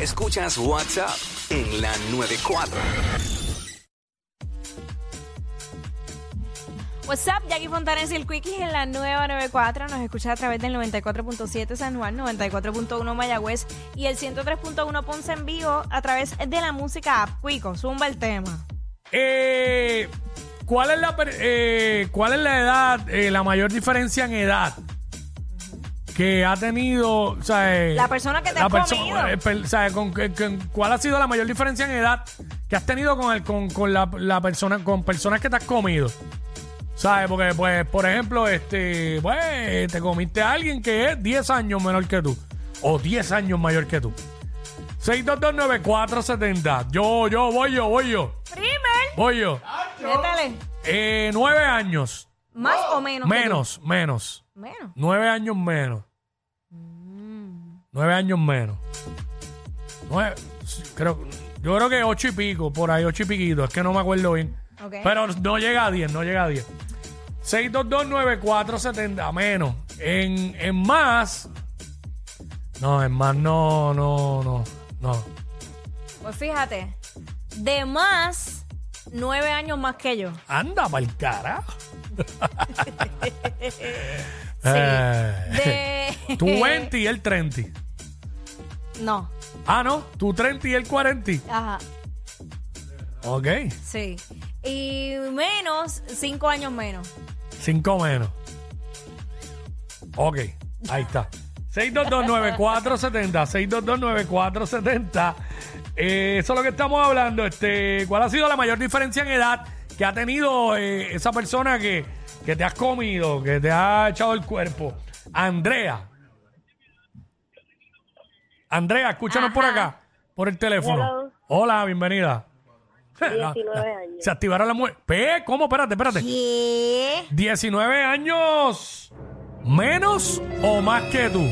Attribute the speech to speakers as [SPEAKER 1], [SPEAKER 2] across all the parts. [SPEAKER 1] Escuchas WhatsApp en la 94.
[SPEAKER 2] What's up, Jackie Fontanes y el Quickies en la nueva 94. Nos escucha a través del 94.7 San Juan, 94.1 Mayagüez y el 103.1 Ponce en vivo a través de la música app. Cuico, zumba el tema.
[SPEAKER 3] Eh, ¿cuál, es la, per- eh, ¿Cuál es la edad, eh, la mayor diferencia en edad que ha tenido, o sea, eh,
[SPEAKER 2] La persona que te
[SPEAKER 3] la
[SPEAKER 2] has
[SPEAKER 3] perso-
[SPEAKER 2] comido.
[SPEAKER 3] eh, per- o sea, con- con- con- ¿cuál ha sido la mayor diferencia en edad que has tenido con el, con, con la, la persona, con personas que te has comido? ¿Sabes? Porque, pues, por ejemplo, este, pues, te comiste a alguien que es 10 años menor que tú. O 10 años mayor que tú. 6229470. Yo, yo, voy yo, voy yo.
[SPEAKER 2] Primer.
[SPEAKER 3] Voy yo.
[SPEAKER 2] Métale.
[SPEAKER 3] Eh, nueve años.
[SPEAKER 2] ¿Más o menos? que
[SPEAKER 3] Menos, menos.
[SPEAKER 2] tú? Menos.
[SPEAKER 3] Nueve años menos. Nueve años menos. Nueve, sí, creo, yo creo que ocho y pico, por ahí, ocho y piquito. Es que no me acuerdo bien.
[SPEAKER 2] Ok.
[SPEAKER 3] Pero no llega a diez, no llega a diez. 6229470 menos. En, en más. No, en más no, no, no, no.
[SPEAKER 2] Pues fíjate, de más, nueve años más que yo.
[SPEAKER 3] Anda pa'l carajo.
[SPEAKER 2] Sí.
[SPEAKER 3] Eh,
[SPEAKER 2] De.
[SPEAKER 3] Tú 20 y él 30.
[SPEAKER 2] No.
[SPEAKER 3] Ah, no, tú 30 y él 40.
[SPEAKER 2] Ajá.
[SPEAKER 3] Ok,
[SPEAKER 2] Sí. Y menos, cinco años menos.
[SPEAKER 3] 5 menos. Ok, ahí está. 6229470, 6229470. Eh, eso es lo que estamos hablando. Este, ¿Cuál ha sido la mayor diferencia en edad que ha tenido eh, esa persona que, que te has comido, que te ha echado el cuerpo? Andrea. Andrea, escúchanos por acá, por el teléfono.
[SPEAKER 4] Hello.
[SPEAKER 3] Hola, bienvenida.
[SPEAKER 4] 19 años.
[SPEAKER 3] Se activaron las mujeres. Pe, ¿Cómo? Espérate, espérate.
[SPEAKER 2] ¿Qué?
[SPEAKER 3] 19 años menos o más que tú.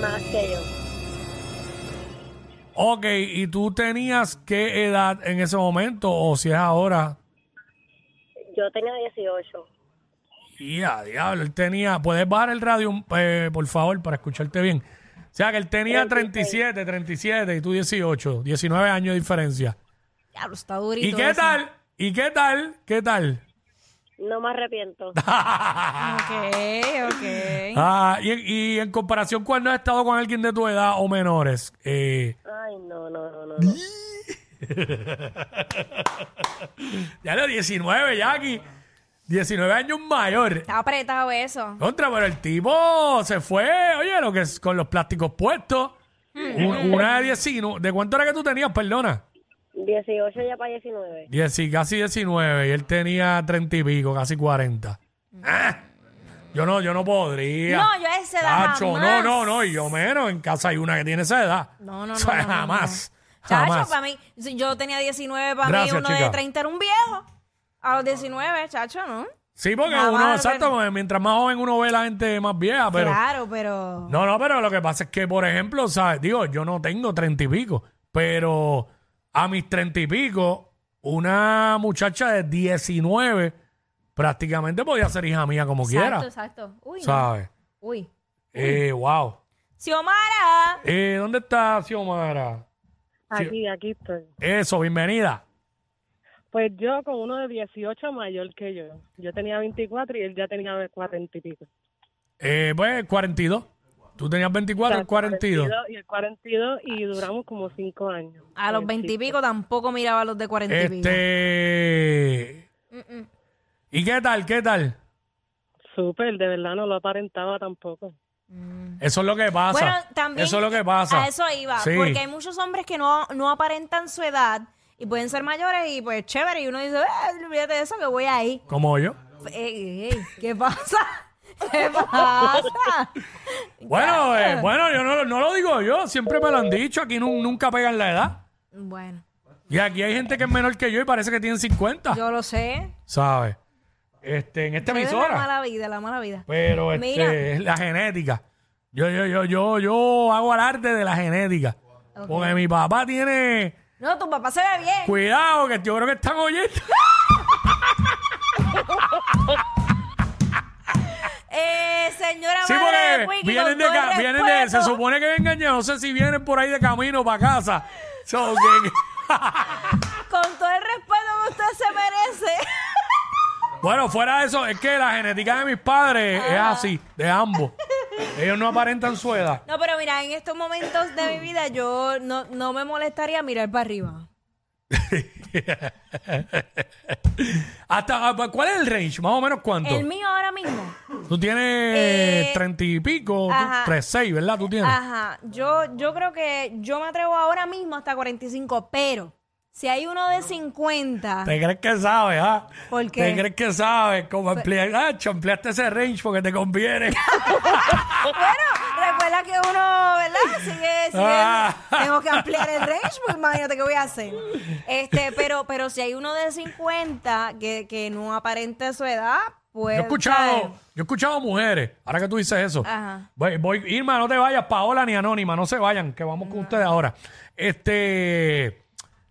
[SPEAKER 4] Más que yo.
[SPEAKER 3] Ok, ¿y tú tenías qué edad en ese momento o si es ahora?
[SPEAKER 4] Yo tenía 18.
[SPEAKER 3] Ya, diablo, él tenía... ¿Puedes bajar el radio, eh, por favor, para escucharte bien? O sea, que él tenía 37, 37 y tú 18, 19 años de diferencia.
[SPEAKER 2] Diablo, está durito.
[SPEAKER 3] ¿Y qué
[SPEAKER 2] eso.
[SPEAKER 3] tal? ¿Y qué tal? ¿Qué tal?
[SPEAKER 4] No me arrepiento.
[SPEAKER 2] Ah. Ok, ok.
[SPEAKER 3] Ah, y, y en comparación, ¿cuándo has estado con alguien de tu edad o menores? Eh,
[SPEAKER 4] Ay, no, no, no, no. no.
[SPEAKER 3] Ya los 19, Jackie. 19 años mayor.
[SPEAKER 2] Está apretado eso.
[SPEAKER 3] Contra, pero el tipo se fue, oye, lo que es con los plásticos puestos. Un- Una de 19. ¿De cuánto era que tú tenías? Perdona.
[SPEAKER 4] 18 ya para 19.
[SPEAKER 3] Dieci- casi 19. Y él tenía 30 y pico, casi 40. Ah, Yo no, yo no podría.
[SPEAKER 2] No, yo a esa edad
[SPEAKER 3] Tacho,
[SPEAKER 2] jamás.
[SPEAKER 3] No, no, no. Y yo menos. En casa hay una que tiene esa edad.
[SPEAKER 2] No, no, no.
[SPEAKER 3] O sea,
[SPEAKER 2] no, no, no.
[SPEAKER 3] jamás.
[SPEAKER 2] Chacho,
[SPEAKER 3] Ah, jamás.
[SPEAKER 2] para mí, si yo tenía 19, para
[SPEAKER 3] Gracias,
[SPEAKER 2] mí uno de
[SPEAKER 3] chica.
[SPEAKER 2] 30 era un viejo. A los 19, chacho, ¿no?
[SPEAKER 3] Sí, porque
[SPEAKER 2] Jamás,
[SPEAKER 3] uno,
[SPEAKER 2] pero-
[SPEAKER 3] exacto, mientras más joven uno ve la gente más vieja, pero...
[SPEAKER 2] claro, pero.
[SPEAKER 3] No, no, pero lo que pasa es que, por ejemplo, ¿sabes? Digo, yo no tengo treinta y pico, pero a mis treinta y pico, una muchacha de 19 prácticamente podía ser hija mía como
[SPEAKER 2] exacto,
[SPEAKER 3] quiera,
[SPEAKER 2] exacto. Uy, no.
[SPEAKER 3] ¿sabes?
[SPEAKER 2] Uy.
[SPEAKER 3] Eh, wow.
[SPEAKER 2] Xiomara.
[SPEAKER 3] Eh, ¿Dónde está Xiomara?
[SPEAKER 5] Aquí, aquí estoy.
[SPEAKER 3] Eso, bienvenida.
[SPEAKER 5] Pues yo con uno de 18 mayor que yo. Yo tenía 24 y él ya tenía 40 y pico.
[SPEAKER 3] Eh, pues, 42. Tú tenías
[SPEAKER 5] O
[SPEAKER 3] 24,
[SPEAKER 5] sea,
[SPEAKER 3] el 42.
[SPEAKER 5] Y el 42 y duramos como 5 años.
[SPEAKER 2] A los 20 y pico tampoco miraba a los de 40 y pico.
[SPEAKER 3] Este...
[SPEAKER 2] Mm, mm.
[SPEAKER 3] ¿Y qué tal? ¿Qué tal?
[SPEAKER 5] Súper, de verdad no lo aparentaba tampoco.
[SPEAKER 3] Eso es lo que pasa.
[SPEAKER 2] Bueno, también.
[SPEAKER 3] Eso es lo que pasa.
[SPEAKER 2] A eso iba.
[SPEAKER 3] Sí.
[SPEAKER 2] Porque hay muchos hombres que no, no aparentan su edad y pueden ser mayores y pues chévere. Y uno dice, eh, olvídate de eso que voy ahí.
[SPEAKER 3] Como yo.
[SPEAKER 2] Ey, ey, ¿Qué pasa? ¿Qué pasa?
[SPEAKER 3] Bueno, eh, bueno, yo no, lo- no lo digo yo, siempre me lo han dicho, aquí nu- nunca pegan la edad.
[SPEAKER 2] Bueno,
[SPEAKER 3] Y aquí hay gente que es menor que yo y parece que tienen 50,
[SPEAKER 2] yo lo sé.
[SPEAKER 3] ¿sabes? Este, en esta
[SPEAKER 2] Pero es la
[SPEAKER 3] emisora.
[SPEAKER 2] mala vida, la mala vida.
[SPEAKER 3] Pero este,
[SPEAKER 2] Mira.
[SPEAKER 3] es la genética. Yo, yo, yo, yo, yo hago alarde de la genética.
[SPEAKER 2] Ok.
[SPEAKER 3] Porque mi papá tiene.
[SPEAKER 2] No, tu papá se ve
[SPEAKER 3] Pues-
[SPEAKER 2] bien.
[SPEAKER 3] Cuidado, que yo creo que están oyendo.
[SPEAKER 2] Eh, señora
[SPEAKER 3] Sí,
[SPEAKER 2] madre de
[SPEAKER 3] porque
[SPEAKER 2] Quickie,
[SPEAKER 3] vienen
[SPEAKER 2] con
[SPEAKER 3] de,
[SPEAKER 2] todo
[SPEAKER 3] ca-
[SPEAKER 2] el
[SPEAKER 3] vienen de, se
[SPEAKER 2] respeto.
[SPEAKER 3] supone que vengan ya, no sé si vienen por ahí de camino para casa. So, que-
[SPEAKER 2] Con todo el respeto que usted se merece.
[SPEAKER 3] bueno, fuera de eso, es que la genética de mis padres es así, de ambos. Ellos no aparentan su edad.
[SPEAKER 2] No, pero mira, en estos momentos de mi vida yo no, no me molestaría mirar para arriba.
[SPEAKER 3] Hasta, ah, ¿Cuál es el range? Más o menos cuánto.
[SPEAKER 2] El mío ahora mismo.
[SPEAKER 3] Tú
[SPEAKER 2] Eh,
[SPEAKER 3] tienes treinta y pico, tú-
[SPEAKER 2] ajá.
[SPEAKER 3] 36, ¿verdad? Tú tienes.
[SPEAKER 2] Ajá. Yo, yo creo que yo me atrevo ahora mismo hasta 45, pero si hay uno de 50,
[SPEAKER 3] ¿Te crees que sabes, ah?
[SPEAKER 2] ¿Por qué? Pues-
[SPEAKER 3] ¿Te crees que sabes cómo ampliar? Ah, ampliaste ese range porque te conviene.
[SPEAKER 2] bueno, recuerda que uno, ¿verdad? Sigue, sigue.
[SPEAKER 3] Ah.
[SPEAKER 2] Tengo que ampliar el range, pues imagínate qué voy a hacer. Este, pero, pero si hay uno de 50 que, que no aparente su edad, pues.
[SPEAKER 3] Yo he escuchado,
[SPEAKER 2] ¿sabes?
[SPEAKER 3] yo he escuchado mujeres, ahora que tú dices eso.
[SPEAKER 2] Ajá.
[SPEAKER 3] Voy, voy- Irma, no te vayas, Paola ni Anónima, no se vayan, que vamos con ustedes ahora. Este,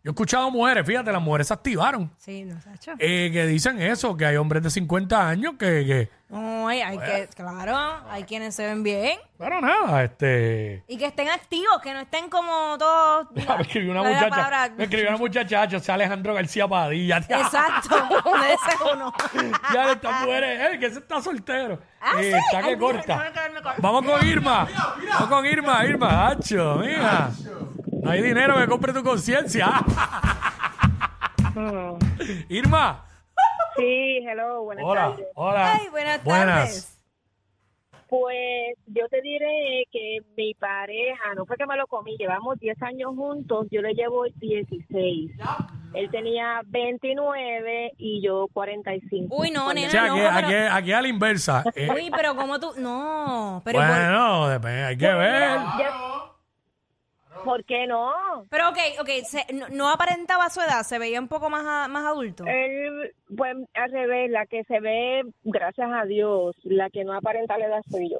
[SPEAKER 3] yo he escuchado mujeres, fíjate, las mujeres se activaron,
[SPEAKER 2] Sí, no, Sacho.
[SPEAKER 3] eh, que dicen eso, que hay hombres de 50 años que, que
[SPEAKER 2] Ay, hay que, claro, hay quienes se ven bien.
[SPEAKER 3] pero nada, este...
[SPEAKER 2] Y que estén activos, que no estén como todos.
[SPEAKER 3] Me escribió una
[SPEAKER 2] ¿cuál es la
[SPEAKER 3] muchacha,
[SPEAKER 2] palabra?
[SPEAKER 3] me escribió una muchacha, o sea, Alejandro García Padilla.
[SPEAKER 2] Exacto, de ese uno.
[SPEAKER 3] Ya esta mujer es él, que se está soltero.
[SPEAKER 2] Ah,
[SPEAKER 3] Eh,
[SPEAKER 2] sí.
[SPEAKER 3] Está que
[SPEAKER 2] Ay, mira, tengo
[SPEAKER 3] corta.
[SPEAKER 2] que quedarme con-
[SPEAKER 3] Vamos con Irma. Vamos con Irma, Irma. Hacho, mira. No hay dinero que compre tu conciencia. Irma.
[SPEAKER 4] Sí, hello, buenas
[SPEAKER 3] Hola,
[SPEAKER 4] tardes.
[SPEAKER 3] hola.
[SPEAKER 2] Ay, buenas tardes.
[SPEAKER 4] Pues yo te diré que mi pareja, no fue que me lo comí, llevamos 10 años juntos, yo le llevo 16. Él tenía 29 y yo 45.
[SPEAKER 2] Uy, no,
[SPEAKER 3] O
[SPEAKER 2] nena,
[SPEAKER 3] sea,
[SPEAKER 2] no.
[SPEAKER 3] aquí, aquí,
[SPEAKER 2] pero-
[SPEAKER 3] aquí a la inversa. Eh,
[SPEAKER 2] Uy, pero como tú. No, pero. por-
[SPEAKER 3] bueno, depende, hay que ver.
[SPEAKER 4] Ya- ¿Por qué no?
[SPEAKER 2] Pero ok, ok, se- no, no aparentaba su edad, se veía un poco más, a- más adulto.
[SPEAKER 4] Él, pues al revés, la que se ve, gracias a Dios, la que no aparenta la edad soy yo.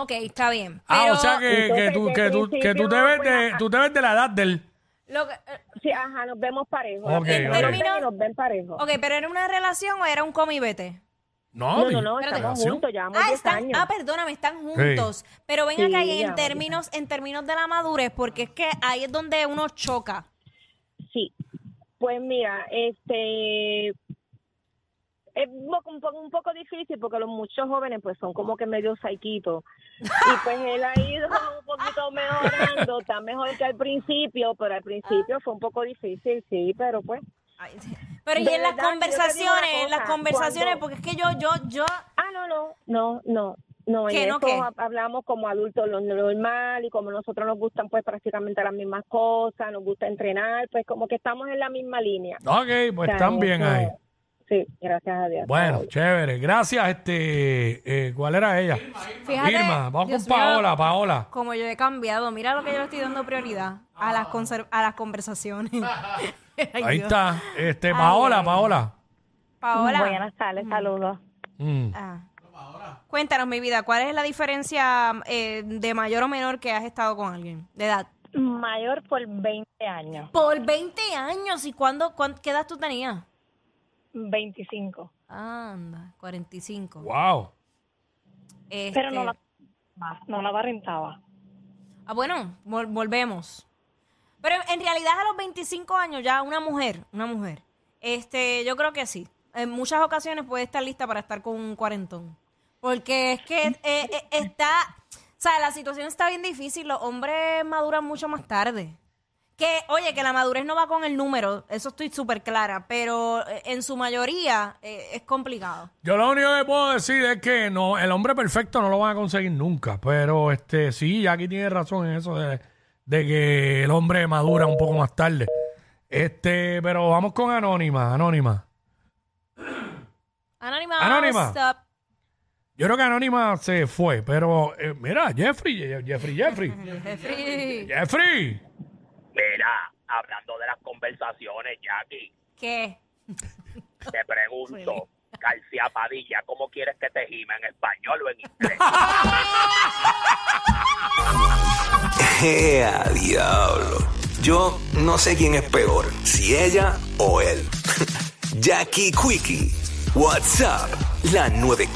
[SPEAKER 2] Ok, está bien.
[SPEAKER 3] Ah,
[SPEAKER 2] Pero
[SPEAKER 3] o sea que, que,
[SPEAKER 4] Entonces,
[SPEAKER 3] tú,
[SPEAKER 4] de
[SPEAKER 3] que, tú, que tú, te
[SPEAKER 4] principio,
[SPEAKER 3] ves de,
[SPEAKER 4] pues,
[SPEAKER 3] tú te ves de la edad del...
[SPEAKER 2] lo que- eh,
[SPEAKER 4] Sí, ajá, nos vemos parejos.
[SPEAKER 3] Ok,
[SPEAKER 4] Nos
[SPEAKER 3] ok.
[SPEAKER 4] conocen y nos ven parejos.
[SPEAKER 2] ok, pero ¿era una relación o era un come y vete?
[SPEAKER 3] No,
[SPEAKER 4] No, no, no,
[SPEAKER 3] mi-
[SPEAKER 4] estamos
[SPEAKER 3] relación.
[SPEAKER 4] juntos, llevamos
[SPEAKER 2] Ah,
[SPEAKER 4] 10
[SPEAKER 2] están,
[SPEAKER 4] años.
[SPEAKER 2] ah, perdóname, están juntos. Pero ven
[SPEAKER 4] Sí,
[SPEAKER 2] acá y en
[SPEAKER 4] digamos.
[SPEAKER 2] términos, en términos de la madurez, porque es que ahí es donde uno choca.
[SPEAKER 4] Sí. Pues mira, este es un poco, un poco, un poco difícil porque los muchos jóvenes pues son como que medio saiquitos. Y pues él ha ido un poquito mejorando, está mejor que al principio, pero al principio fue un poco difícil, sí, pero pues
[SPEAKER 2] Ay, sí. Pero y
[SPEAKER 4] De
[SPEAKER 2] en las
[SPEAKER 4] verdad, yo te digo una
[SPEAKER 2] conversaciones, en las
[SPEAKER 4] cosa,
[SPEAKER 2] conversaciones,
[SPEAKER 4] cuando-
[SPEAKER 2] porque es que yo, yo, yo,
[SPEAKER 4] Ah, no, no, no, no. No, en
[SPEAKER 2] ¿Qué, no,
[SPEAKER 4] eso
[SPEAKER 2] qué?
[SPEAKER 4] hab- hablamos como adultos lo normal y como nosotros nos gustan pues prácticamente las mismas cosas, nos gusta entrenar, pues como que estamos en la misma línea.
[SPEAKER 3] Ok, pues
[SPEAKER 4] O sea,
[SPEAKER 3] están
[SPEAKER 4] en
[SPEAKER 3] bien
[SPEAKER 4] eso-
[SPEAKER 3] ahí.
[SPEAKER 4] Sí, gracias a Dios.
[SPEAKER 3] Bueno, chévere. Gracias, este... eh, ¿Cuál era ella?
[SPEAKER 2] fíjate.
[SPEAKER 3] Irma, vamos
[SPEAKER 2] Dios
[SPEAKER 3] con Paola,
[SPEAKER 2] mío,
[SPEAKER 3] Paola.
[SPEAKER 2] Como yo he cambiado, mira lo que yo le estoy dando prioridad a las conser- a las conversaciones. Ay,
[SPEAKER 3] Ahí
[SPEAKER 2] Dios.
[SPEAKER 3] está. Este, Paola, Paola.
[SPEAKER 2] Paola.
[SPEAKER 4] Buenas tardes, saludos.
[SPEAKER 3] Mm.
[SPEAKER 2] Ah. Cuéntanos, mi vida, ¿cuál es la diferencia eh, de mayor o menor que has estado con alguien de edad?
[SPEAKER 4] Mayor por 20 años,
[SPEAKER 2] Por 20 años. ¿Y cuándo, cuán- qué edad tú tenías?
[SPEAKER 4] 25.
[SPEAKER 2] Anda, 45.
[SPEAKER 3] Wow.
[SPEAKER 2] Este,
[SPEAKER 5] Pero no la, no la barrentaba.
[SPEAKER 2] Ah, bueno, vol- volvemos. Pero en realidad a los 25 años ya una mujer, una mujer, este, yo creo que sí. En muchas ocasiones puede estar lista para estar con un cuarentón. Porque es que eh, eh, está, o sea, la situación está bien difícil. Los hombres maduran mucho más tarde. Que, oye, que la madurez no va con el número, eso estoy súper clara, pero eh, en su mayoría eh, es complicado.
[SPEAKER 3] Yo lo único que puedo decir es que no, el hombre perfecto no lo van a conseguir nunca. Pero este, sí, Jackie tiene razón en eso de, de que el hombre madura un poco más tarde. Este, pero vamos con Anónima, Anónima.
[SPEAKER 2] Anónima,
[SPEAKER 3] Anónima.
[SPEAKER 2] stop.
[SPEAKER 3] Yo creo que Anónima se fue, pero eh, mira, Jeffrey, Je- Jeffrey, Jeffrey.
[SPEAKER 2] Jeffrey,
[SPEAKER 3] Jeffrey.
[SPEAKER 6] Mira, hablando de las conversaciones, Jackie,
[SPEAKER 2] ¿Qué?
[SPEAKER 6] te pregunto, García Padilla, ¿cómo quieres que te gime en español o en inglés?
[SPEAKER 1] ¡Ea, diablo! Yo no sé quién es peor, si ella o él. Jackie Quickie, WhatsApp, la 94.